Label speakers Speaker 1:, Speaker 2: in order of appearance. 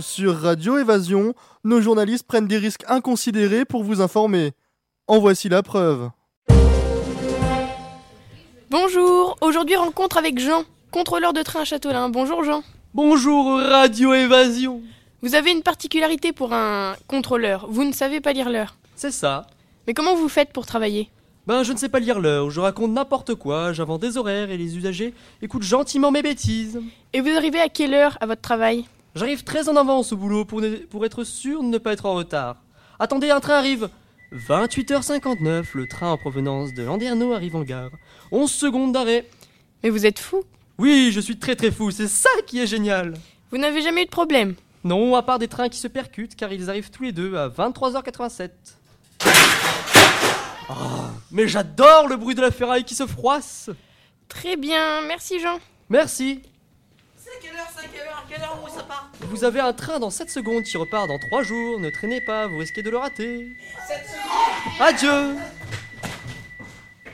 Speaker 1: Sur Radio Évasion, nos journalistes prennent des risques inconsidérés pour vous informer. En voici la preuve.
Speaker 2: Bonjour, aujourd'hui rencontre avec Jean, contrôleur de train à Châtelain. Bonjour Jean.
Speaker 3: Bonjour Radio Évasion.
Speaker 2: Vous avez une particularité pour un contrôleur, vous ne savez pas lire l'heure.
Speaker 3: C'est ça.
Speaker 2: Mais comment vous faites pour travailler
Speaker 3: Ben je ne sais pas lire l'heure, je raconte n'importe quoi, j'invente des horaires et les usagers écoutent gentiment mes bêtises.
Speaker 2: Et vous arrivez à quelle heure à votre travail
Speaker 3: J'arrive très en avance au boulot pour, ne- pour être sûr de ne pas être en retard. Attendez, un train arrive. 28h59, le train en provenance de Landerneau arrive en gare. 11 secondes d'arrêt.
Speaker 2: Mais vous êtes fou
Speaker 3: Oui, je suis très très fou, c'est ça qui est génial.
Speaker 2: Vous n'avez jamais eu de problème
Speaker 3: Non, à part des trains qui se percutent, car ils arrivent tous les deux à 23h87. Ah, mais j'adore le bruit de la ferraille qui se froisse
Speaker 2: Très bien, merci Jean.
Speaker 3: Merci
Speaker 4: C'est quelle heure, c'est quelle heure, à quelle heure où ça part
Speaker 3: Vous avez un train dans 7 secondes qui repart dans 3 jours, ne traînez pas, vous risquez de le rater.
Speaker 4: Cette seconde
Speaker 3: Adieu